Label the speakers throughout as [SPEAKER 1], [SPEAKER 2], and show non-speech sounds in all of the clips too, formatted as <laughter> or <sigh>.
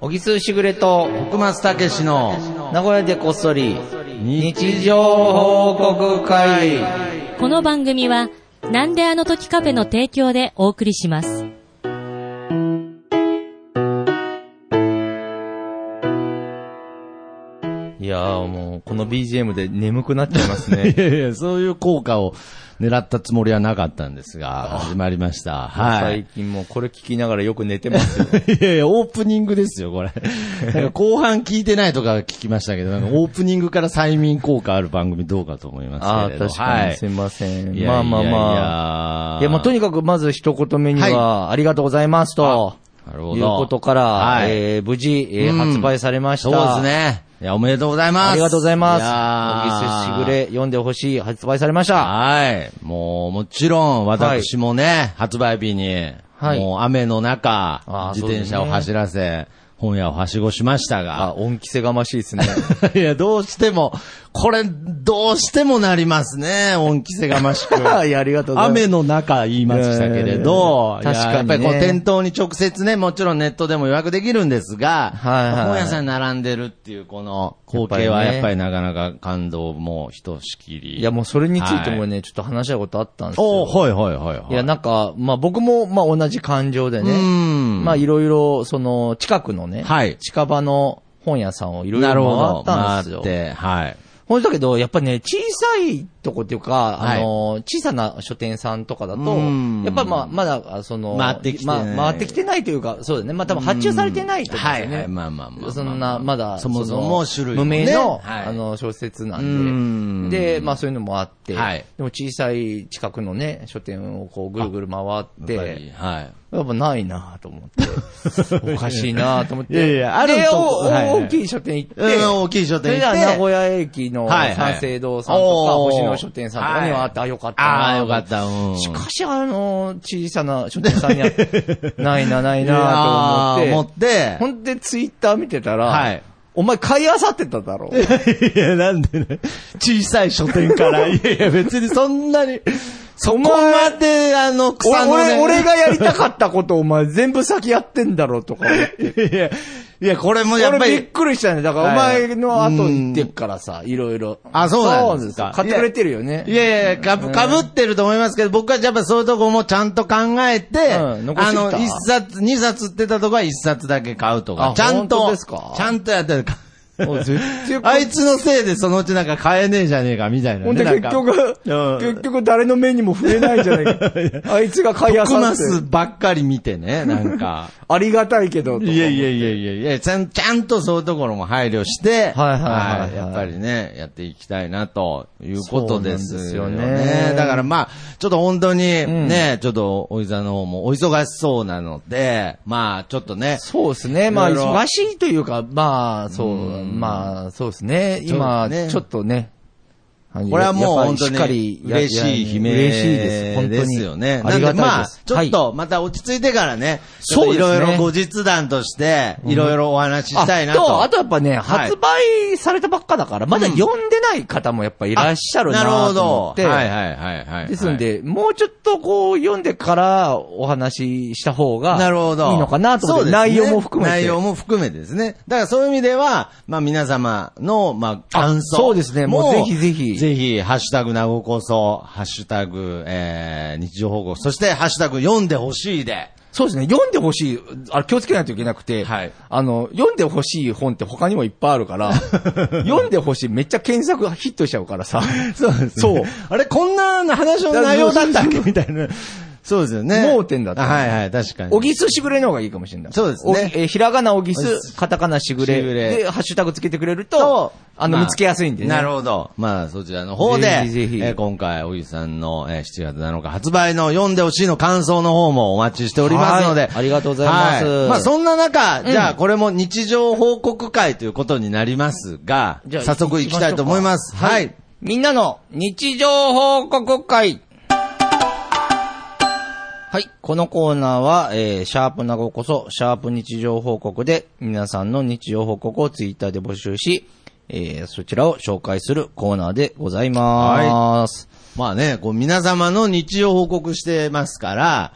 [SPEAKER 1] 小木すしぐれと、
[SPEAKER 2] 奥松武史の
[SPEAKER 1] 名古屋でこっそり、日常報告会。
[SPEAKER 3] この番組は、なんであの時カフェの提供でお送りします。
[SPEAKER 4] いやーもう、この BGM で眠くなっちゃ <laughs> います
[SPEAKER 2] い
[SPEAKER 4] ね。
[SPEAKER 2] やいや、そういう効果を狙ったつもりはなかったんですが、始まりました。はい
[SPEAKER 4] 最。近もうこれ聞きながらよく寝てますよ。
[SPEAKER 2] <laughs> いやいや、オープニングですよ、
[SPEAKER 4] <laughs>
[SPEAKER 2] これ。なんか後半聞いてないとか聞きましたけど、なんかオープニングから催眠効果ある番組どうかと思います
[SPEAKER 4] ああ
[SPEAKER 2] けれ
[SPEAKER 4] ー、
[SPEAKER 2] ど。
[SPEAKER 4] 確か
[SPEAKER 2] は
[SPEAKER 4] に。
[SPEAKER 2] い
[SPEAKER 4] すいません。
[SPEAKER 2] いやいやいや
[SPEAKER 4] まあまあまあ。いや、まあとにかくまず一言目には、ありがとうございますと、
[SPEAKER 2] なるほど
[SPEAKER 4] いうことから、
[SPEAKER 2] はい
[SPEAKER 4] えー無事、えー
[SPEAKER 2] うん
[SPEAKER 4] 発売されました。
[SPEAKER 2] そうですね。いや、おめでとうございます。
[SPEAKER 4] ありがとうございます。
[SPEAKER 2] やー
[SPEAKER 4] 小木すしぐれ読んでほしい、発売されました。
[SPEAKER 2] はい。もう、もちろん、私もね、発売日に、
[SPEAKER 4] はい
[SPEAKER 2] もう雨の中
[SPEAKER 4] あ、ー
[SPEAKER 2] 自転車を走らせ、本屋をはしごしました
[SPEAKER 4] あ、
[SPEAKER 2] が、
[SPEAKER 4] 恩着せがましい <laughs> ですね。
[SPEAKER 2] <laughs> いや、どうしても、これ、どうしてもなりますね、恩着せがましく。
[SPEAKER 4] い <laughs> や、ありがとうございます。
[SPEAKER 2] 雨の中言いましたけれど、
[SPEAKER 4] いやいやいや確か
[SPEAKER 2] いや
[SPEAKER 4] にね
[SPEAKER 2] やっぱりこう店頭に直接ね、もちろんネットでも予約できるんですが、
[SPEAKER 4] はいはい
[SPEAKER 2] 本屋さんに並んでるっていうこの光景は
[SPEAKER 4] や
[SPEAKER 2] やっ
[SPEAKER 4] っ
[SPEAKER 2] ぱ
[SPEAKER 4] ぱ
[SPEAKER 2] りなかなか感動もひとしきり。
[SPEAKER 4] いや、もうそれについてもね、ちょっと話したいことあったんですよ。
[SPEAKER 2] おーはいはいはいはい。
[SPEAKER 4] いや、なんか、まあ僕も、まあ同じ感情で
[SPEAKER 2] う
[SPEAKER 4] ね、
[SPEAKER 2] ん。
[SPEAKER 4] まあいろいろ、その、近くのね、
[SPEAKER 2] はい
[SPEAKER 4] 近場の本屋さんをいろい
[SPEAKER 2] なるほ
[SPEAKER 4] ろ
[SPEAKER 2] ど。
[SPEAKER 4] 回ったんです
[SPEAKER 2] っ
[SPEAKER 4] よ。
[SPEAKER 2] て、はい。
[SPEAKER 4] ほんとだけど、やっぱね、小さいとこっていうか、
[SPEAKER 2] はい
[SPEAKER 4] あの、小さな書店さんとかだと
[SPEAKER 2] うん、
[SPEAKER 4] やっぱまあ、まだ、あその、
[SPEAKER 2] 回ってきてない
[SPEAKER 4] ま回ってきてないというか、そうだね。まあ多分発注されてないと思うんですよね。
[SPEAKER 2] はいはいまあまあまあまあ
[SPEAKER 4] そんな、まだ、
[SPEAKER 2] そもそも
[SPEAKER 4] の
[SPEAKER 2] 種類もね
[SPEAKER 4] 無名の、
[SPEAKER 2] はい
[SPEAKER 4] あの、小説な
[SPEAKER 2] うんん
[SPEAKER 4] で。で、まあそういうのもあって、
[SPEAKER 2] はい
[SPEAKER 4] でも小さい近くのね、書店をこうぐるぐる回って、
[SPEAKER 2] やっぱりはい。
[SPEAKER 4] やっぱないなと思
[SPEAKER 2] <laughs>
[SPEAKER 4] って。おかしいなと思って。
[SPEAKER 2] いやいやあると
[SPEAKER 4] でお
[SPEAKER 2] はいはい
[SPEAKER 4] 大きい書店行って。
[SPEAKER 2] うん大きい書店行って
[SPEAKER 4] それで名古屋駅の
[SPEAKER 2] はいはい
[SPEAKER 4] 三省堂さんとか、
[SPEAKER 2] おー
[SPEAKER 4] 星野書店さんとかにはあって、あ、よかったな
[SPEAKER 2] ああ、よかった。うん。
[SPEAKER 4] しかし、あの、小さな書店さんに
[SPEAKER 2] <laughs>
[SPEAKER 4] は、ないな、ないなと
[SPEAKER 2] いやー
[SPEAKER 4] 思
[SPEAKER 2] 思
[SPEAKER 4] っ。
[SPEAKER 2] ってて。
[SPEAKER 4] ほんで、ツイッター見てたら、
[SPEAKER 2] はい
[SPEAKER 4] お前買い漁ってただろ。
[SPEAKER 2] いや、なんでね。小さい書店か
[SPEAKER 4] <laughs>
[SPEAKER 2] ら。いやいや、別にそんなに、そこまで、あの、草の、ね、
[SPEAKER 4] 俺、俺がやりたかったことお前全部先やってんだろとか思って。
[SPEAKER 2] <laughs> い <laughs> や、いや、これもやっぱ
[SPEAKER 4] 俺びっ
[SPEAKER 2] り、
[SPEAKER 4] くりしたね。だからお
[SPEAKER 2] はい
[SPEAKER 4] 前の後行ってっからさ、いろいろ。
[SPEAKER 2] あそうなんですか
[SPEAKER 4] そう買ってくれてるよね。
[SPEAKER 2] いやいや、かぶ、かぶってると思いますけど、僕はやっぱそういうとこもちゃんと考えて、
[SPEAKER 4] うん残
[SPEAKER 2] あ
[SPEAKER 4] してきた
[SPEAKER 2] の、一冊、二冊ってたとこは一冊だけ買うとか
[SPEAKER 4] あ、
[SPEAKER 2] ちゃん
[SPEAKER 4] 本当
[SPEAKER 2] と
[SPEAKER 4] ですか、
[SPEAKER 2] ちゃんとやってるか。
[SPEAKER 4] もう絶対
[SPEAKER 2] <laughs> あいつのせいでそのうちなんか買えねえじゃねえか、みたいな、ね。
[SPEAKER 4] ほんで
[SPEAKER 2] なん
[SPEAKER 4] 結
[SPEAKER 2] か
[SPEAKER 4] 局、
[SPEAKER 2] うん
[SPEAKER 4] 結局誰の目にも触れないじゃ <laughs> ないか。あいつが買い漁っ
[SPEAKER 2] クマ
[SPEAKER 4] て
[SPEAKER 2] ス。ばっかり見てね、なんか。
[SPEAKER 4] ありがたいけど。とか
[SPEAKER 2] いやいやいやいやいや、ちゃん、ちゃんとそういうところも配慮して、
[SPEAKER 4] はいはいはいはい
[SPEAKER 2] やっぱりね、やっていきたいな、ということですよ
[SPEAKER 4] そう
[SPEAKER 2] ね。
[SPEAKER 4] なんですよね
[SPEAKER 2] だからまあ、ちょっと本当にね、ちょっと、おじさんの方もお忙しそうなので、まあ、ちょっとね、
[SPEAKER 4] そうですね。まあ、
[SPEAKER 2] いろいろ
[SPEAKER 4] 忙しいというか、まあ、そう、まあ、そうですね。今、
[SPEAKER 2] そうですね
[SPEAKER 4] ちょっとね。
[SPEAKER 2] これはもう
[SPEAKER 4] やっぱり
[SPEAKER 2] 本当
[SPEAKER 4] しっかり
[SPEAKER 2] に
[SPEAKER 4] や
[SPEAKER 2] 嬉しい悲鳴
[SPEAKER 4] 嬉しいです。本当に。
[SPEAKER 2] ですよね。
[SPEAKER 4] ありがたいです。
[SPEAKER 2] なんでまあ、ちょっ
[SPEAKER 4] はい
[SPEAKER 2] とまた落ち着いてからね、ちょっと
[SPEAKER 4] そうですね
[SPEAKER 2] いろいろ後日談として、いろいろお話ししたいな
[SPEAKER 4] あ
[SPEAKER 2] と。
[SPEAKER 4] あとやっぱね、
[SPEAKER 2] はい
[SPEAKER 4] 発売されたばっかだから、まだ読んでない方もやっぱいらっしゃるなと思って。
[SPEAKER 2] なるほど。はいはいはいはい、はい。
[SPEAKER 4] ですんで、もうちょっとこう読んでからお話しした方が、
[SPEAKER 2] なるほど。
[SPEAKER 4] いいのかなと思っ
[SPEAKER 2] そう
[SPEAKER 4] て、
[SPEAKER 2] ですね
[SPEAKER 4] 内容も含めて。
[SPEAKER 2] 内容も含めてですね。だからそういう意味では、まあ皆様の、まあ感想。
[SPEAKER 4] あそうですねもうぜひぜひ
[SPEAKER 2] ぜひ、ハッシュタグなごこそ、ハッシュタグ、えー、日常報告、そしてハッシュタグ読んでほしいで。
[SPEAKER 4] そうですね、読んでほしい、あれ気をつけないといけなくて、
[SPEAKER 2] はい
[SPEAKER 4] あの、読んでほしい本って他にもいっぱいある
[SPEAKER 2] <laughs>
[SPEAKER 4] から、読んでほしいめっちゃ検索がヒットしちゃうからさ。そうですそう。
[SPEAKER 2] <laughs> あれ、こんな話の内容だったっけみたいな。そうですよね。
[SPEAKER 4] 盲点だった
[SPEAKER 2] はいはい、確かに。
[SPEAKER 4] おぎすしぐれの方がいいかもしれない。
[SPEAKER 2] そうですね
[SPEAKER 4] おぎえーひらがなおぎ
[SPEAKER 2] おぎ
[SPEAKER 4] す、
[SPEAKER 2] す
[SPEAKER 4] カタカナしぐ
[SPEAKER 2] し
[SPEAKER 4] れ。
[SPEAKER 2] ぐれ
[SPEAKER 4] で、ハッシュタグつけてくれる
[SPEAKER 2] と
[SPEAKER 4] と、あの、
[SPEAKER 2] ま
[SPEAKER 4] 見つけやすいんでね。
[SPEAKER 2] なるほど。まあ、そちらの方で、
[SPEAKER 4] ぜひぜひ
[SPEAKER 2] えー今回、小木さんの、えー7月7日発売の読んでほしいの感想の方もお待ちしておりますので。
[SPEAKER 4] はいありがとうございます
[SPEAKER 2] はいまあ、そんな中、じゃあ、これも日常報告会ということになりますが、
[SPEAKER 4] じゃあ
[SPEAKER 2] 早速行きたいと思います。はい。
[SPEAKER 4] みんなの日常報告会。はい。このコーナーは、えー、シャープなごこそ、シャープ日常報告で、皆さんの日常報告をツイッターで募集し、えー、そちらを紹介するコーナーでございます。
[SPEAKER 2] まあね、こう、皆様の日常報告してますから、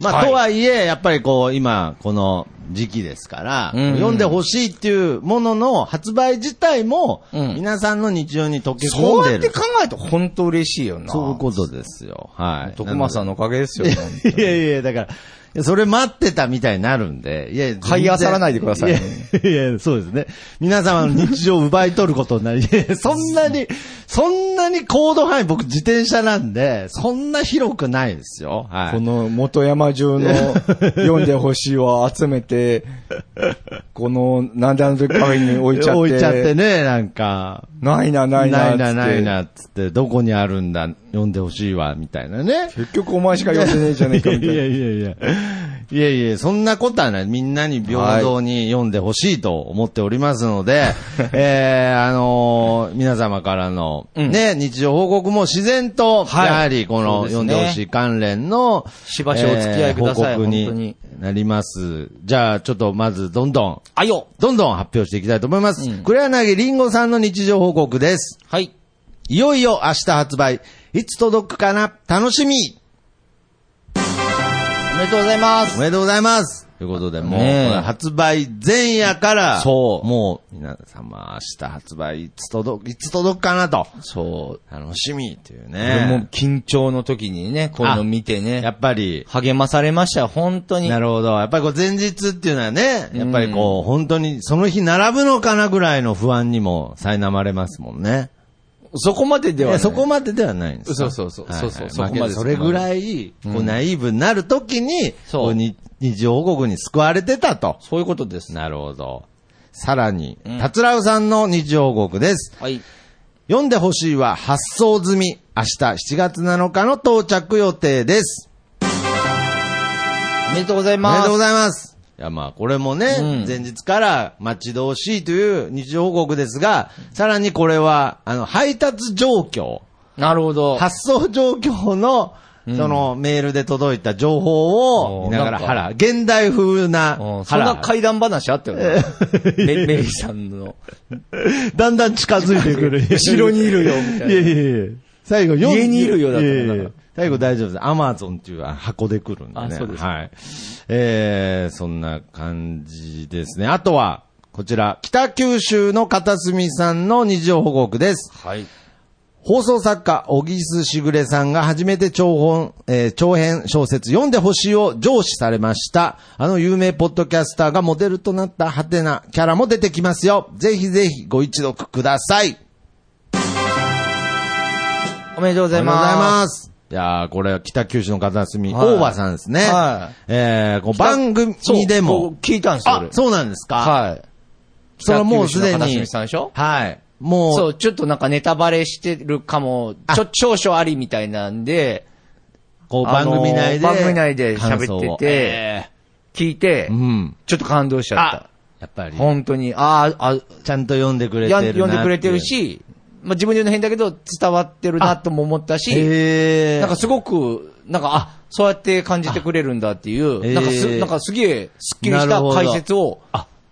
[SPEAKER 2] まあ、
[SPEAKER 4] はい
[SPEAKER 2] とはいえ、やっぱりこう、今、この、時期ですから、
[SPEAKER 5] うん
[SPEAKER 2] 読んでほしいっていうものの発売自体も、
[SPEAKER 5] うん
[SPEAKER 2] 皆さんの日常に溶け
[SPEAKER 5] そ
[SPEAKER 2] 込
[SPEAKER 5] うんや
[SPEAKER 2] で
[SPEAKER 5] って
[SPEAKER 2] る
[SPEAKER 5] 考。えたら本当嬉しいよな。
[SPEAKER 2] そういうことですよ。はい。
[SPEAKER 5] 徳間さんのおかげですよ。本当に
[SPEAKER 2] いやいや、だからいや、それ待ってたみたいになるんで、いや全然
[SPEAKER 5] 買い漁らないでくださいね
[SPEAKER 2] やいや、そうですね。皆様の日常を奪い取ることになり、いやそんなに、そんなに行動範囲、僕自転車なんで、そんな広くないですよ。
[SPEAKER 4] <laughs>
[SPEAKER 2] は
[SPEAKER 4] こ
[SPEAKER 2] い。
[SPEAKER 4] の元山中の読んでほしいを集めて、この、なんであの時カフェに置いちゃって。
[SPEAKER 2] 置いちゃってね、なんか。
[SPEAKER 4] ないな、ないな。
[SPEAKER 2] ないな、ない
[SPEAKER 4] つっ
[SPEAKER 2] な、つって、どこにあるんだ、読んでほしいわ、みたいなね。
[SPEAKER 4] て。結局お前しか読んでねえじゃねえかみたいな。
[SPEAKER 2] いやいやいや。いやいや、そんなことはない。みんなに平等に読んでほしいと思っておりますの
[SPEAKER 5] <laughs>
[SPEAKER 2] で、えー、あのー皆様からの、ね、日常報告も自然と、
[SPEAKER 5] はい
[SPEAKER 2] やはりこの、
[SPEAKER 5] そうです
[SPEAKER 2] 読ん
[SPEAKER 5] ね
[SPEAKER 2] でほしい関連の、
[SPEAKER 5] しばしお付き合いください
[SPEAKER 2] 報告
[SPEAKER 5] 本当に
[SPEAKER 2] になります。じゃあ、ちょっとまず、どんどん、
[SPEAKER 5] あよ
[SPEAKER 2] どんどん発表していきたいと思います。黒柳りんごさんの日常報告です。
[SPEAKER 5] はい。
[SPEAKER 2] いよいよ明日発売。いつ届くかな楽しみ
[SPEAKER 5] おめでとうございま
[SPEAKER 2] お
[SPEAKER 5] す。
[SPEAKER 2] めでとうございますということで、もう、
[SPEAKER 5] ねえ
[SPEAKER 2] これ発売前夜から、
[SPEAKER 5] そう
[SPEAKER 2] もう、皆様、明日発売、いつ届く、いつ届くかなと。そう。楽しみという
[SPEAKER 5] 俺も
[SPEAKER 2] ね。
[SPEAKER 5] 緊張の時にね、こういうの見て
[SPEAKER 2] や
[SPEAKER 5] ね、
[SPEAKER 2] っぱり、
[SPEAKER 5] 励まされましたよ、本当に。
[SPEAKER 2] なるほど。やっぱりこう、前日っていうのはね、やっぱりこう、本当に、その日並ぶのかなぐらいの不安にも苛まれますもんね。
[SPEAKER 5] そこまでで
[SPEAKER 2] い
[SPEAKER 5] はな
[SPEAKER 2] や、
[SPEAKER 5] い。
[SPEAKER 2] そこまでではないんです
[SPEAKER 5] そうそうそうそうそうそこまで
[SPEAKER 2] まあけどそれぐらい、こう、ナイーブになるときに、
[SPEAKER 5] そう
[SPEAKER 2] こうに日常報告に救われてたと。
[SPEAKER 5] そういうことです。
[SPEAKER 2] なるほど。さらに、たつらうさんの日常報告です。
[SPEAKER 5] はい。
[SPEAKER 2] 読んでほしいは発送済み。明日7月7日の到着予定です。
[SPEAKER 5] おめでとうござい
[SPEAKER 2] おめ
[SPEAKER 5] ま
[SPEAKER 2] でと
[SPEAKER 5] す
[SPEAKER 2] うご。ざいます。いや、まあ、これもね、
[SPEAKER 5] うん
[SPEAKER 2] 前日から待ち遠しいという日常報告ですが、さらにこれは、あの、配達状況、
[SPEAKER 5] なるほど。
[SPEAKER 2] 発送状況の、そのメールで届いた情報を、
[SPEAKER 5] おー
[SPEAKER 2] 見ながら
[SPEAKER 5] なんか
[SPEAKER 2] 腹、現代風な
[SPEAKER 5] うんそんな
[SPEAKER 2] 腹、
[SPEAKER 5] 怪談話あったよ
[SPEAKER 4] <laughs>
[SPEAKER 5] ね。メメリーさんの。
[SPEAKER 2] だんだん近づいてくる。
[SPEAKER 5] 後ろにいるよ、みたいな。
[SPEAKER 2] いやいやいや最後、
[SPEAKER 5] 家にいるよだ
[SPEAKER 2] だ
[SPEAKER 5] ったのだから
[SPEAKER 2] 最後大丈夫です。アマゾンっていう箱で来るんでね。
[SPEAKER 5] あそうです
[SPEAKER 2] はい。えー、そんな感じですね。あとは、こちら、北九州の片隅さんの日常報告です。
[SPEAKER 5] はい。
[SPEAKER 2] 放送作家、小木須しぐれさんが初めて長本、えー長編小説読んでほしいを上司されました。あの有名ポッドキャスターがモデルとなったハテナキャラも出てきますよ。ぜひぜひご一読ください。あり
[SPEAKER 5] おめでとうご
[SPEAKER 2] がとうご
[SPEAKER 5] ざいます。
[SPEAKER 2] す。いやーこれは北九州の片隅、
[SPEAKER 5] はい
[SPEAKER 2] 大場さんですね。
[SPEAKER 5] はい
[SPEAKER 2] えーこう番組で
[SPEAKER 5] そう
[SPEAKER 2] も
[SPEAKER 5] こ。う聞いたんですよ、
[SPEAKER 2] あ
[SPEAKER 5] 俺、。
[SPEAKER 2] そうなんですか
[SPEAKER 5] はい。
[SPEAKER 2] それはもうすで
[SPEAKER 5] 北九州の片
[SPEAKER 2] に
[SPEAKER 5] 隅。さんでしょ
[SPEAKER 2] はい。もう、
[SPEAKER 5] そう、ちょっとなんかネタバレしてるかも、ちょ、少々ありみたいなんで、
[SPEAKER 2] こう
[SPEAKER 5] あ
[SPEAKER 2] 番
[SPEAKER 5] のー
[SPEAKER 2] 組内で。
[SPEAKER 5] 番組内で
[SPEAKER 2] 感想を
[SPEAKER 5] 喋ってて
[SPEAKER 2] え
[SPEAKER 5] 聞いて
[SPEAKER 2] ーう、ん。
[SPEAKER 5] ちょっと感動しちゃ
[SPEAKER 2] あ
[SPEAKER 5] っ
[SPEAKER 2] やっぱ
[SPEAKER 5] た。
[SPEAKER 2] り、
[SPEAKER 5] 本当に、あーあ、
[SPEAKER 2] ちゃんと読んでくれてる
[SPEAKER 5] や
[SPEAKER 2] なっ
[SPEAKER 5] ん
[SPEAKER 2] ていう。
[SPEAKER 5] 読んでくれてるし、まあ、自分で言うの変だけど、伝わってるなとも思ったし、
[SPEAKER 2] へー
[SPEAKER 5] なんかすごく、なんか、あ、そうやって感じてくれるんだってい
[SPEAKER 2] あ
[SPEAKER 5] う、
[SPEAKER 2] えー
[SPEAKER 5] なんかす、なんかすげえ、すっきり
[SPEAKER 2] な
[SPEAKER 5] した
[SPEAKER 2] るほど
[SPEAKER 5] 解説を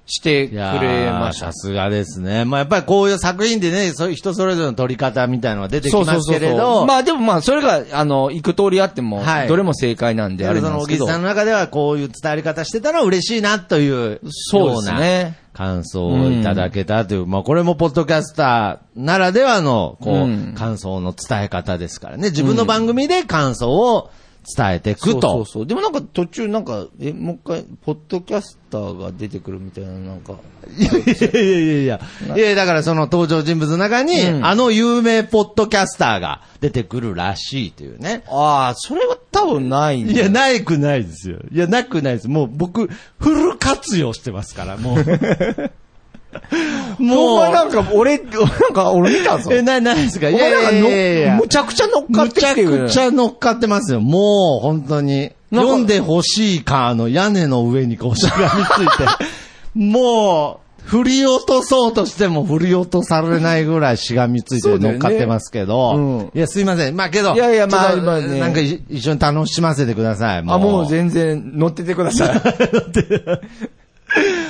[SPEAKER 5] してく
[SPEAKER 2] いやー
[SPEAKER 5] れました
[SPEAKER 2] さ。すがですね。まあやっぱりこういう作品でね、そういう人それぞれの撮り方みたいなのが出てき
[SPEAKER 5] そう
[SPEAKER 2] ま
[SPEAKER 5] そう
[SPEAKER 2] す
[SPEAKER 5] そう
[SPEAKER 2] けれ
[SPEAKER 5] そう。
[SPEAKER 2] ど、
[SPEAKER 5] まあでもまあ、それが、あの、行く通りあっても
[SPEAKER 2] は、い
[SPEAKER 5] どれも正解なんで、あれ
[SPEAKER 2] そ
[SPEAKER 5] なん
[SPEAKER 2] の
[SPEAKER 5] で
[SPEAKER 2] 小木
[SPEAKER 5] すけど。
[SPEAKER 2] さんの中ではこういう伝わり方してたら嬉しいなという
[SPEAKER 5] そうですね。
[SPEAKER 2] 感想をいただけたという、まあこれもポッドキャスターならではの、こう、
[SPEAKER 5] うん
[SPEAKER 2] 感想の伝え方ですからね。自分の番組で感想を伝えていくと。
[SPEAKER 5] そうそうそう。でもなんか途中なんか、え、もう一回、ポッドキャスターが出てくるみたいな、なんか。
[SPEAKER 2] いやいやいやいやいや。いや、だからその登場人物の中に、
[SPEAKER 5] うん
[SPEAKER 2] あの有名ポッドキャスターが出てくるらしいというね。
[SPEAKER 5] ああ、それは多分ないんだ
[SPEAKER 2] いや、ないくないですよ。いや、なくないです。もう僕、フル活用してますから、 <laughs> もう。
[SPEAKER 5] お
[SPEAKER 2] も
[SPEAKER 5] 前な
[SPEAKER 2] う、
[SPEAKER 5] んか、俺、なんか、俺見た <laughs> ぞ。
[SPEAKER 2] え、ない、ないですかい
[SPEAKER 5] お前
[SPEAKER 2] やい
[SPEAKER 5] なん
[SPEAKER 2] や
[SPEAKER 5] か
[SPEAKER 2] いやいや
[SPEAKER 5] の、むちゃくちゃ乗っかっ
[SPEAKER 2] む
[SPEAKER 5] て
[SPEAKER 2] ち
[SPEAKER 5] き
[SPEAKER 2] ゃ
[SPEAKER 5] てるよね
[SPEAKER 2] くちゃ乗っかってますよ。もう、本当 <laughs> に。
[SPEAKER 5] なんか
[SPEAKER 2] 読んでほしいか、あの、屋根の上にこう、しがみついて。もう、振り落とそうとしても振り落とされないぐらいしがみつい
[SPEAKER 4] そ
[SPEAKER 2] て
[SPEAKER 4] うだよね
[SPEAKER 2] 乗っかってますけど。
[SPEAKER 4] うん
[SPEAKER 2] いや、すいません。まあけど。
[SPEAKER 5] いやいやまあ
[SPEAKER 2] ちょっと
[SPEAKER 5] まあね
[SPEAKER 2] なんかい一緒に楽しませてください。もう。
[SPEAKER 4] あ、もう全然乗っててください。 <laughs>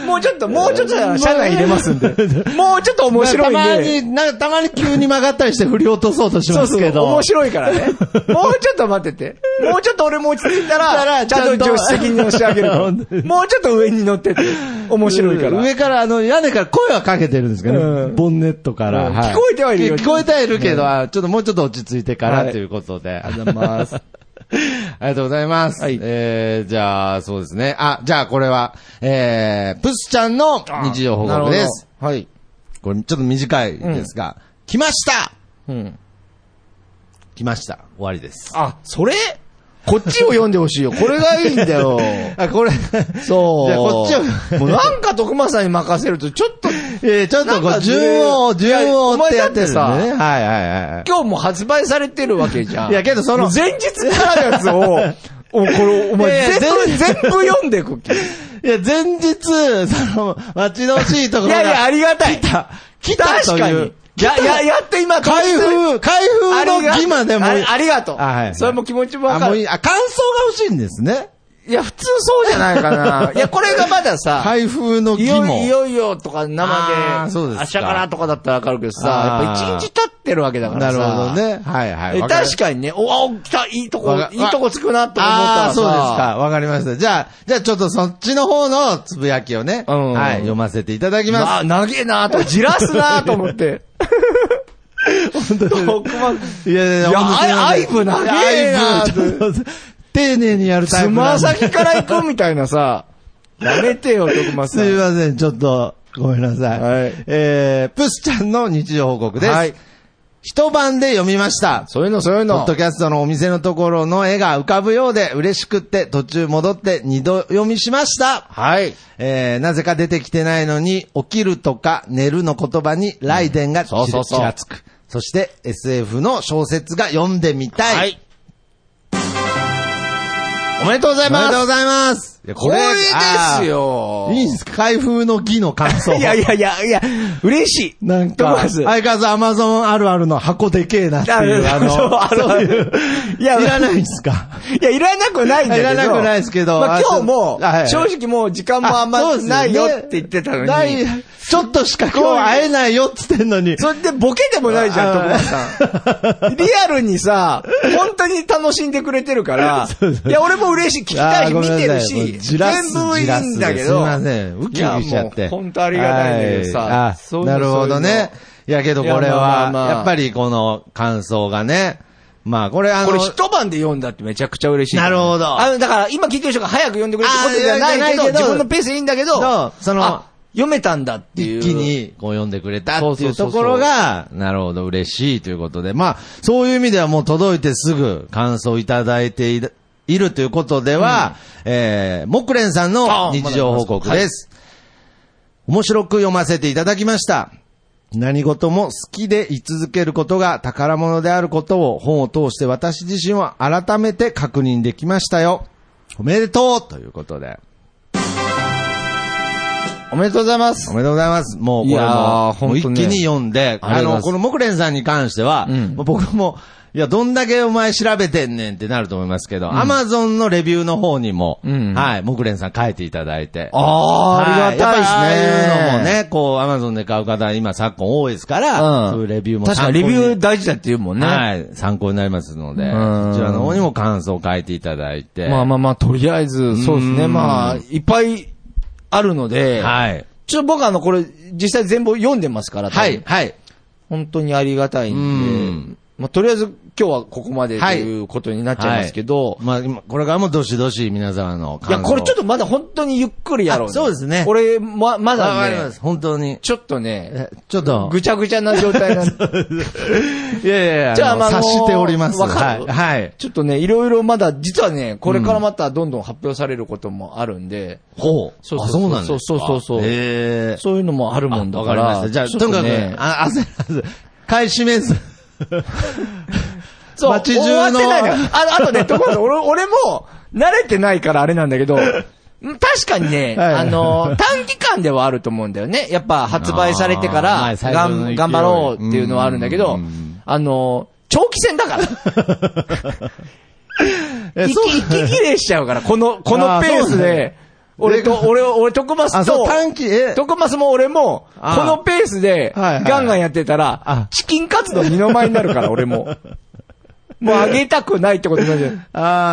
[SPEAKER 4] もうちょっと、もうちょっとなら車内入れますんで。もうちょっと面白いんで。
[SPEAKER 2] たまに、なんかたまに急に曲がったりして振り落とそうとし
[SPEAKER 4] そ
[SPEAKER 2] ま
[SPEAKER 4] う
[SPEAKER 2] す
[SPEAKER 4] そう、
[SPEAKER 2] けど。
[SPEAKER 4] 面白いからね。もうちょっと待ってて。もうちょっと俺も落ち着いたら、ちゃんと助手席に押し上げるから。もうちょっと上に乗ってて。面白いから。
[SPEAKER 2] 上から、あの、屋根から声はかけてるんですけどね、
[SPEAKER 4] うん
[SPEAKER 2] ボンネットから。
[SPEAKER 4] うん聞こえてはいるよ
[SPEAKER 2] 聞こえてはいるけど、あちょっともうちょっと落ち着いてか
[SPEAKER 4] は
[SPEAKER 2] ら
[SPEAKER 4] い
[SPEAKER 2] ということで。
[SPEAKER 4] ありがとうございま
[SPEAKER 2] <laughs>
[SPEAKER 4] す。
[SPEAKER 2] ありがとうございます。
[SPEAKER 4] はい
[SPEAKER 2] えー、じゃあ、そうですね。あ、じゃあこれは、えー、プスちゃんの日常報
[SPEAKER 4] なるほ
[SPEAKER 2] 告
[SPEAKER 4] ど
[SPEAKER 2] です。。
[SPEAKER 4] はい。
[SPEAKER 2] これちょっと短いですが、来ました
[SPEAKER 4] うん。
[SPEAKER 2] 来ました。終わりです。
[SPEAKER 4] あ、それこっちを読んでほしいよ。これがいいんだよ。
[SPEAKER 2] あ、これ、
[SPEAKER 4] そう。
[SPEAKER 2] じゃあこっちを
[SPEAKER 4] もうなんか徳間さんに任せると、ちょっと、
[SPEAKER 2] えー、ちょっと
[SPEAKER 4] な
[SPEAKER 2] こ
[SPEAKER 4] ん
[SPEAKER 2] う、
[SPEAKER 4] かずるい
[SPEAKER 2] 順を、順を追って
[SPEAKER 4] いやお前だっ
[SPEAKER 2] やっ
[SPEAKER 4] てて
[SPEAKER 2] るんでね。
[SPEAKER 4] さ
[SPEAKER 2] はいはいはいはい。
[SPEAKER 4] 今日も発売されてるわけじゃん。
[SPEAKER 2] いやけどその
[SPEAKER 4] もう前日からのやつを、お、これ、お
[SPEAKER 2] いやい
[SPEAKER 4] 前
[SPEAKER 2] や
[SPEAKER 4] 全部、全部読んでく気。
[SPEAKER 2] いや、前日、その、待ち遠しいとこ
[SPEAKER 4] い
[SPEAKER 2] ろ
[SPEAKER 4] やいや、
[SPEAKER 2] が、
[SPEAKER 4] ありがたい。
[SPEAKER 2] 来たと
[SPEAKER 4] 確か
[SPEAKER 2] い
[SPEAKER 4] に
[SPEAKER 2] う。。
[SPEAKER 4] や、や、やっと今、
[SPEAKER 2] 開封、開
[SPEAKER 4] あ
[SPEAKER 2] 封
[SPEAKER 4] り
[SPEAKER 2] の
[SPEAKER 4] が
[SPEAKER 2] 儀までも、
[SPEAKER 4] あありがとう。
[SPEAKER 2] あはい
[SPEAKER 4] それも気持ちもわ
[SPEAKER 2] あ、
[SPEAKER 4] か
[SPEAKER 2] もう
[SPEAKER 4] る。
[SPEAKER 2] い
[SPEAKER 4] い
[SPEAKER 2] い。あ、感想が欲しいんですね。
[SPEAKER 4] や、普通そうじゃないかな。いや、これがまださ、
[SPEAKER 2] 開封の
[SPEAKER 4] い
[SPEAKER 2] 儀
[SPEAKER 4] よいよ
[SPEAKER 2] も
[SPEAKER 4] い。よいよとか
[SPEAKER 2] あ
[SPEAKER 4] 生
[SPEAKER 2] ー
[SPEAKER 4] で、
[SPEAKER 2] そうですか
[SPEAKER 4] あしゃからとかだったらわかるけどさ、や
[SPEAKER 2] あ
[SPEAKER 4] っ
[SPEAKER 2] ー
[SPEAKER 4] ぱ一日経ってるわけだか
[SPEAKER 2] な
[SPEAKER 4] ら
[SPEAKER 2] る
[SPEAKER 4] さ。
[SPEAKER 2] ほど。ね。はいはい。
[SPEAKER 4] え
[SPEAKER 2] わかり
[SPEAKER 4] 確かにね、お、お、来た、いいとこ
[SPEAKER 2] わ、か
[SPEAKER 4] いいとこつくなと思った
[SPEAKER 2] ああ
[SPEAKER 4] ら
[SPEAKER 2] ー、そうです
[SPEAKER 4] さ。
[SPEAKER 2] か。わかりました。じゃあ、じゃあちょっとそっちの方のつぶやきをね、
[SPEAKER 4] うん
[SPEAKER 2] はい、読ませていただきます。
[SPEAKER 4] あ、長えなと、じらすなと思って。本当
[SPEAKER 2] いやいやい
[SPEAKER 4] いや
[SPEAKER 2] 本当に
[SPEAKER 4] あアイブ長えな
[SPEAKER 2] アイブちょっと丁寧にやるタイ
[SPEAKER 4] つ
[SPEAKER 2] プな
[SPEAKER 4] ま
[SPEAKER 2] んで。
[SPEAKER 4] 先から行くみたいなさ、やめてよ、徳松さ
[SPEAKER 2] すい
[SPEAKER 4] ん。
[SPEAKER 2] ません、ちょっと、ごめんなさい。
[SPEAKER 4] はい
[SPEAKER 2] えー、プスちゃんの日常報告です。
[SPEAKER 4] はい
[SPEAKER 2] 一晩で読みました。
[SPEAKER 4] そういうの、そういう
[SPEAKER 2] ポ
[SPEAKER 4] の
[SPEAKER 2] ッ。ドキャストのお店のところの絵が浮かぶようで嬉しくって途中戻って二度読みしました。
[SPEAKER 4] はい。
[SPEAKER 2] えー、なぜか出てきてないのに、起きるとか寝るの言葉にライデンがち
[SPEAKER 4] そうそうそう
[SPEAKER 2] ちらつく。そして、SF の小説が読んでみたい。
[SPEAKER 4] はい。
[SPEAKER 2] おめでとうございます。おめでとうございます。いや
[SPEAKER 4] これです。
[SPEAKER 2] あ
[SPEAKER 4] よ
[SPEAKER 2] ー。いいんですか開封の儀の感想。
[SPEAKER 4] <laughs> いやいやいや、いや、嬉しい。
[SPEAKER 2] なんか、
[SPEAKER 4] 徳松。
[SPEAKER 2] 相変わらずアマゾンあるあるの箱でけえなっていう、あ
[SPEAKER 4] そう
[SPEAKER 2] の、
[SPEAKER 4] ある
[SPEAKER 2] そういう、
[SPEAKER 4] いや
[SPEAKER 2] いらないんですか
[SPEAKER 4] いや、いらなくないんだけど。
[SPEAKER 2] いらなくないですけど
[SPEAKER 4] ま
[SPEAKER 2] あ
[SPEAKER 4] あ今日も
[SPEAKER 2] そうあはいは、い
[SPEAKER 4] 正直もう時間もあん
[SPEAKER 2] そ
[SPEAKER 4] ま
[SPEAKER 2] うですね
[SPEAKER 4] ないよって言ってたのに。
[SPEAKER 2] ない、ちょっとしか今日会えないよっつってんのに。
[SPEAKER 4] それでボケでもないじゃん、
[SPEAKER 2] あ
[SPEAKER 4] 徳松さん。リアルにさ、本当に楽しんでくれてるから、いや、俺も嬉しい、聞きた
[SPEAKER 2] あ
[SPEAKER 4] い、
[SPEAKER 2] ー
[SPEAKER 4] 見
[SPEAKER 2] ごめんなさ
[SPEAKER 4] てる
[SPEAKER 2] もう
[SPEAKER 4] し、
[SPEAKER 2] じらす
[SPEAKER 4] 全部いいんだけ
[SPEAKER 2] じらすですい
[SPEAKER 4] ど、
[SPEAKER 2] ません。ウキウキしちゃっ
[SPEAKER 4] い
[SPEAKER 2] て。
[SPEAKER 4] やもう本当ありがたいんだけどさ
[SPEAKER 2] はいあ
[SPEAKER 4] そういうの
[SPEAKER 2] なるほどね。いやけどこれ
[SPEAKER 4] いやま
[SPEAKER 2] は
[SPEAKER 4] あまあ、まあ
[SPEAKER 2] やっぱりこの感想がね。まあこれあ
[SPEAKER 4] こ
[SPEAKER 2] の
[SPEAKER 4] れ、一晩で読んだってめちゃくちゃ嬉しい。
[SPEAKER 2] なるほど
[SPEAKER 4] あの、だから今聞いてる人が早く読んでくれるってことじゃな
[SPEAKER 2] あー
[SPEAKER 4] いけ
[SPEAKER 2] じゃない
[SPEAKER 4] ど、
[SPEAKER 2] けど
[SPEAKER 4] 自分のペースでいいんだけ
[SPEAKER 2] そう
[SPEAKER 4] ど、
[SPEAKER 2] その
[SPEAKER 4] あ、読めたんだっていう。
[SPEAKER 2] 一気にこう読んでくれたっていう
[SPEAKER 4] そうそうそ
[SPEAKER 2] と
[SPEAKER 4] うそ
[SPEAKER 2] こ
[SPEAKER 4] う
[SPEAKER 2] ろが、なるほど、嬉しいということで。まあ、そういう意味ではもう届いてすぐ感想いただいているいるということでは、えー、もくれんさんの日常報告です。面白く読ませていただきました。何事も好きで居続けることが宝物であることを本を通して私自身は改めて確認できましたよ。おめでとうということで。
[SPEAKER 4] おめでとうございます
[SPEAKER 2] お。めでとうございます。もうこ
[SPEAKER 4] い
[SPEAKER 2] れ
[SPEAKER 4] や
[SPEAKER 2] も
[SPEAKER 4] ー、
[SPEAKER 2] もう
[SPEAKER 4] 本当
[SPEAKER 2] 一
[SPEAKER 4] ね
[SPEAKER 2] 気に読んで、
[SPEAKER 4] あ
[SPEAKER 2] あ
[SPEAKER 4] りがとうございます
[SPEAKER 2] の、この木蓮さんに関しては、
[SPEAKER 4] うん
[SPEAKER 2] もう僕も、いや、どんだけお前調べてんねんってなると思いますけど、アマゾンのレビューの方にも、
[SPEAKER 4] ん
[SPEAKER 2] はい、木蓮さん書いていただいて。
[SPEAKER 4] あー
[SPEAKER 2] は
[SPEAKER 4] ありがたいですね
[SPEAKER 2] やっぱああいうのもね、こう、アマゾンで買う方、今昨今多いですから、
[SPEAKER 4] うん
[SPEAKER 2] そういうレビューも
[SPEAKER 4] 確か
[SPEAKER 2] 参
[SPEAKER 4] に
[SPEAKER 2] 考
[SPEAKER 4] レ
[SPEAKER 2] に
[SPEAKER 4] ビュー大事だって言うもんね。
[SPEAKER 2] はい、参考になりますので、
[SPEAKER 4] うん
[SPEAKER 2] そちらの方にも感想を書いていただいて。
[SPEAKER 4] まあまあまあ、とりあえず、そうです
[SPEAKER 2] う
[SPEAKER 4] ね。
[SPEAKER 2] ん
[SPEAKER 4] まあ、いっぱいあるので、
[SPEAKER 2] はい。
[SPEAKER 4] ちょっと僕あの、これ、実際全部読んでますから、多分
[SPEAKER 2] はい、はい。
[SPEAKER 4] 本当にありがたい
[SPEAKER 2] うんん
[SPEAKER 4] で、まあ、とりあえず今日はここまでと
[SPEAKER 2] はい
[SPEAKER 4] いうことになっちゃいますけど、
[SPEAKER 2] まあ、今これからもどしどし皆様の
[SPEAKER 4] い、や、
[SPEAKER 2] 感想を
[SPEAKER 4] これちょっとまだ本当にゆっくりやろう、
[SPEAKER 2] あそうですね
[SPEAKER 4] これ、ま、ま
[SPEAKER 2] わかり
[SPEAKER 4] だ
[SPEAKER 2] ま
[SPEAKER 4] ね
[SPEAKER 2] す、本当に。
[SPEAKER 4] ちょっとね、
[SPEAKER 2] ちょっと。
[SPEAKER 4] ぐちゃぐちゃな状態なん <laughs> で、
[SPEAKER 2] いやいやいや、
[SPEAKER 4] じゃあ
[SPEAKER 2] の
[SPEAKER 4] まああの
[SPEAKER 2] 察しております。
[SPEAKER 4] わかる
[SPEAKER 2] はい。はい。
[SPEAKER 4] ちょっとね、いろいろまだ、実はね、これからまたどんどん発表されることもあるんで、
[SPEAKER 2] ほう。
[SPEAKER 4] そうそうそう
[SPEAKER 2] あそうなんですか
[SPEAKER 4] そうそうそうそう
[SPEAKER 2] ええ
[SPEAKER 4] そういうのもあるもんだ
[SPEAKER 2] わ
[SPEAKER 4] か
[SPEAKER 2] かり
[SPEAKER 4] ら、
[SPEAKER 2] ました。じゃあ、
[SPEAKER 4] ち
[SPEAKER 2] と
[SPEAKER 4] ょっ
[SPEAKER 2] にかく
[SPEAKER 4] ね、
[SPEAKER 2] あ焦らず、買い占めず。
[SPEAKER 4] そう、
[SPEAKER 2] 街
[SPEAKER 4] 終わ
[SPEAKER 2] 中の
[SPEAKER 4] ってないから。ああと
[SPEAKER 2] <laughs>
[SPEAKER 4] ね、ところが俺、俺も、慣れてないからあれなんだけど、ん確かにね、
[SPEAKER 2] はい
[SPEAKER 4] あの、短期間ではあると思うんだよね。やっぱ発売されてか
[SPEAKER 2] あ
[SPEAKER 4] ら、
[SPEAKER 2] ー最初の勢
[SPEAKER 4] 頑
[SPEAKER 2] い
[SPEAKER 4] 頑張ろうっていうのはあるんだけ
[SPEAKER 2] う
[SPEAKER 4] ど
[SPEAKER 2] ん、
[SPEAKER 4] あの、長期戦だ
[SPEAKER 2] <laughs>
[SPEAKER 4] から。
[SPEAKER 2] え
[SPEAKER 4] 息息切れしちゃうから、この、このペースで。俺と、俺、俺、徳マ
[SPEAKER 2] あ、
[SPEAKER 4] ス
[SPEAKER 2] そ
[SPEAKER 4] と
[SPEAKER 2] う、、短期、え、
[SPEAKER 4] 徳マスも俺も、
[SPEAKER 2] あ
[SPEAKER 4] このペースで、
[SPEAKER 2] はいはい
[SPEAKER 4] ガンガンやってたら
[SPEAKER 2] あ、
[SPEAKER 4] チキンカツの二の前になるから、俺 <laughs> も。もうあげたくないってことになるじゃん。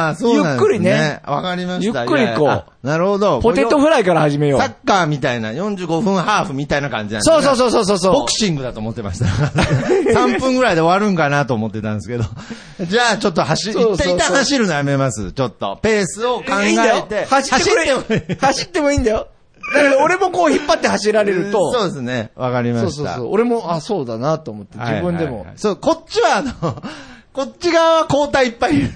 [SPEAKER 2] ああ、そうな
[SPEAKER 4] ゆっ
[SPEAKER 2] んです、ね。
[SPEAKER 4] くりね
[SPEAKER 2] わかりました。
[SPEAKER 4] ゆっくり行こう
[SPEAKER 2] いやいやあなるほど。
[SPEAKER 4] ポテトフライから始めよ
[SPEAKER 2] サッ
[SPEAKER 4] う。
[SPEAKER 2] カーみたいな、45分ハーフみたいな感じなんですね
[SPEAKER 4] そうそうそうそうそう。
[SPEAKER 2] ボクシングだと思ってました。3分ぐらいで終わるんかなと思ってたんですけど。 <laughs> じゃあ、ちょっと走、
[SPEAKER 4] そうそ
[SPEAKER 2] 一
[SPEAKER 4] うそう
[SPEAKER 2] 旦一旦走るのやめます。ちょっと。ペースを考
[SPEAKER 4] いいんだよ
[SPEAKER 2] えて。
[SPEAKER 4] 走ってくれ。走ってもいいんだよ。だから俺もこう引っ張って走られると。
[SPEAKER 2] そうですね。わかりました。
[SPEAKER 4] そうそうそう。俺も、あ、そうだなと思って、
[SPEAKER 2] はい
[SPEAKER 4] 自分でも。
[SPEAKER 2] はいはいそう、こっちはあの、 <laughs> こっち側は交代いっ
[SPEAKER 4] <laughs>
[SPEAKER 2] ぱいいる。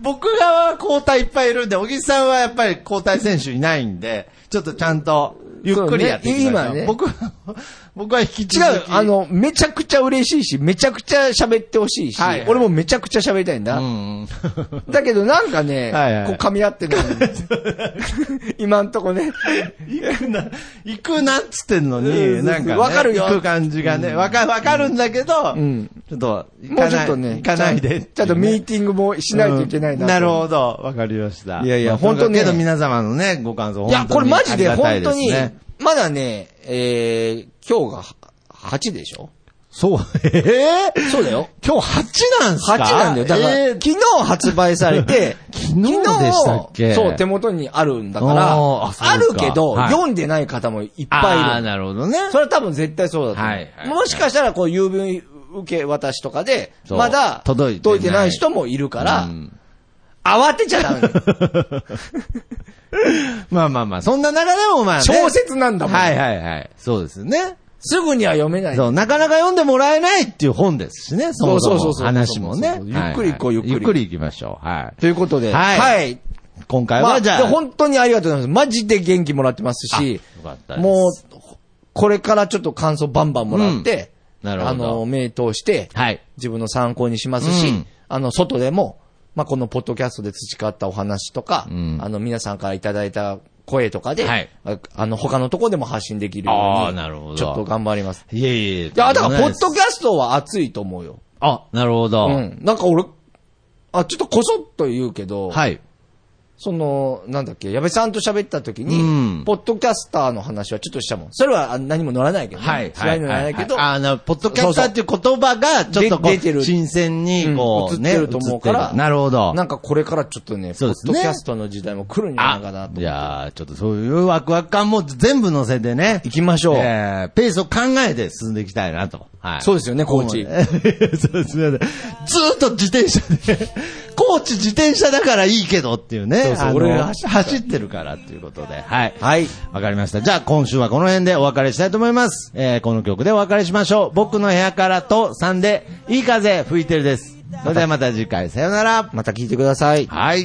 [SPEAKER 2] 僕側は交代いっぱいいるんで、小木さんはやっぱり交代選手いないんで、ちょっとちゃんと、ゆっくりやっていき
[SPEAKER 4] そ
[SPEAKER 2] ましょ
[SPEAKER 4] う
[SPEAKER 2] う。
[SPEAKER 4] ね今ね
[SPEAKER 2] 僕は、 <laughs> 僕は引き
[SPEAKER 4] 違
[SPEAKER 2] 続き。
[SPEAKER 4] う、あ、の、めちゃくちゃ嬉しいし、めちゃくちゃ喋ってほしいし、
[SPEAKER 2] はいはい
[SPEAKER 4] 俺もめちゃくちゃ喋りたいんだ。
[SPEAKER 2] うん。
[SPEAKER 4] <laughs> だけどなんかね、
[SPEAKER 2] はいはい
[SPEAKER 4] こう噛み合ってる <laughs> のに今んとこね。
[SPEAKER 2] 行くな、行くなっつってんの
[SPEAKER 4] うん
[SPEAKER 2] に、なんか、ね、
[SPEAKER 4] わかるよ
[SPEAKER 2] 行く感じがね、わか、わかるんだけど、
[SPEAKER 4] ん
[SPEAKER 2] ちょっと、行
[SPEAKER 4] も
[SPEAKER 2] か
[SPEAKER 4] うちょっ
[SPEAKER 2] ない
[SPEAKER 4] とね。
[SPEAKER 2] 行かないで。
[SPEAKER 4] ちゃんちゃんとミーティングもしないといけないな。
[SPEAKER 2] うん <laughs> なるほど。わかりました。
[SPEAKER 4] いやいや
[SPEAKER 2] まあ
[SPEAKER 4] 本当ね
[SPEAKER 2] けど皆様のね、ご感想、
[SPEAKER 4] いや、これマジで
[SPEAKER 2] ありがたい
[SPEAKER 4] 本
[SPEAKER 2] す
[SPEAKER 4] 当に
[SPEAKER 2] <laughs> ね、
[SPEAKER 4] まだね、えー、今日が8でしょ
[SPEAKER 2] そう、ええ
[SPEAKER 4] そうだよ。
[SPEAKER 2] 今日8なんすか
[SPEAKER 4] 8なんだよ。だから、
[SPEAKER 2] え
[SPEAKER 4] 昨日発売されて、
[SPEAKER 2] 昨日でしたっけ
[SPEAKER 4] そう、手元にあるんだから、
[SPEAKER 2] おー
[SPEAKER 4] あ
[SPEAKER 2] あそうで
[SPEAKER 4] る
[SPEAKER 2] すか
[SPEAKER 4] けど、
[SPEAKER 2] はい
[SPEAKER 4] 読んでない方もいっ
[SPEAKER 2] あ
[SPEAKER 4] ぱ
[SPEAKER 2] あ、
[SPEAKER 4] いいる。
[SPEAKER 2] なるほどね。
[SPEAKER 4] それは多分絶対そうだと思う。
[SPEAKER 2] はいはい
[SPEAKER 4] もしかしたら、こう、郵便受け渡しとかで、
[SPEAKER 2] そう
[SPEAKER 4] まだ
[SPEAKER 2] 届いてない
[SPEAKER 4] ない人もいるから、
[SPEAKER 2] うん
[SPEAKER 4] 慌てちゃダメだよ。
[SPEAKER 2] <laughs> まあまあまあ、そんな中でもまあ、ね、
[SPEAKER 4] 小説なんだもん。
[SPEAKER 2] はいはいはい。そうですね。
[SPEAKER 4] すぐには読めない。
[SPEAKER 2] そう、なかなか読んでもらえないっていう本ですしね、そもそ
[SPEAKER 4] そうそう
[SPEAKER 2] も
[SPEAKER 4] そうそう
[SPEAKER 2] 話もね。
[SPEAKER 4] そうそうそうゆっくり行こう
[SPEAKER 2] はい
[SPEAKER 4] ゆっくり
[SPEAKER 2] ゆっくり行きましょう。は
[SPEAKER 4] ということで、
[SPEAKER 2] はい
[SPEAKER 4] はい。
[SPEAKER 2] い。今回
[SPEAKER 4] まあ、
[SPEAKER 2] はじ
[SPEAKER 4] で
[SPEAKER 2] ゃあ、
[SPEAKER 4] 本当にありがとうございます。マジで元気もらってますし、
[SPEAKER 2] よかったです
[SPEAKER 4] もう、これからちょっと感想バンバンもらって、
[SPEAKER 2] うんなる
[SPEAKER 4] あ
[SPEAKER 2] ほど
[SPEAKER 4] の、目通して、
[SPEAKER 2] はい。
[SPEAKER 4] 自分の参考にしますし、
[SPEAKER 2] うん
[SPEAKER 4] あの、外でも、まあ、このポッドキャストで培ったお話とか、
[SPEAKER 2] うん
[SPEAKER 4] あの、皆さんからいただいた声とかで、
[SPEAKER 2] はい
[SPEAKER 4] ああの、他のとこでも発信できるよ
[SPEAKER 2] あ
[SPEAKER 4] う
[SPEAKER 2] あ、
[SPEAKER 4] に、
[SPEAKER 2] なるほど。
[SPEAKER 4] ちょっと頑張ります。
[SPEAKER 2] いえいえ。
[SPEAKER 4] いや、だから、ポッド
[SPEAKER 2] とんでもないで
[SPEAKER 4] キャストは熱いと思うよ。
[SPEAKER 2] すあ、なるほど。
[SPEAKER 4] うん。なんか俺、あ、ちょっとこそっと言うけど、
[SPEAKER 2] はい。
[SPEAKER 4] その、なんだっけ、矢部さんと喋った時に、
[SPEAKER 2] うん
[SPEAKER 4] ポッドキャスターの話はちょっとしたもん。それはあ何も乗らないけど、ね、
[SPEAKER 2] はい。
[SPEAKER 4] スライドに乗らないけど、
[SPEAKER 2] あの、ポッドキャスターっていう言葉が、ちょっとこ
[SPEAKER 4] で出てる
[SPEAKER 2] う、新鮮に、こ
[SPEAKER 4] う
[SPEAKER 2] う、
[SPEAKER 4] ん映
[SPEAKER 2] ね、
[SPEAKER 4] ってると思うから
[SPEAKER 2] 映ってるなるほど。
[SPEAKER 4] なんかこれからちょっとね、ポ
[SPEAKER 2] そう
[SPEAKER 4] ッ
[SPEAKER 2] です
[SPEAKER 4] ド
[SPEAKER 2] ね
[SPEAKER 4] キャストの時代も来るんじゃないかなと思って。
[SPEAKER 2] いやーちょっとそういうワクワク感も全部乗せてね。
[SPEAKER 4] 行きましょう。
[SPEAKER 2] えーペースを考えて進んでいきたいなと。はい。
[SPEAKER 4] そうですよねコーチ
[SPEAKER 2] <laughs> そうですね。ずーっと自転車で、 <laughs> コーチ自転車だからいいけどっていうね。
[SPEAKER 4] そうそう
[SPEAKER 2] あの
[SPEAKER 4] 俺が走
[SPEAKER 2] 走ってるからっていうことで。はい。
[SPEAKER 4] はい。
[SPEAKER 2] わかりました。じゃあ今週はこの辺でお別れしたいと思います。えーこの曲でお別れしましょう。僕の部屋からと3で、 <laughs> いい風吹いてるです。それではまた次回、さよなら。
[SPEAKER 4] また聞いてください。
[SPEAKER 2] はい。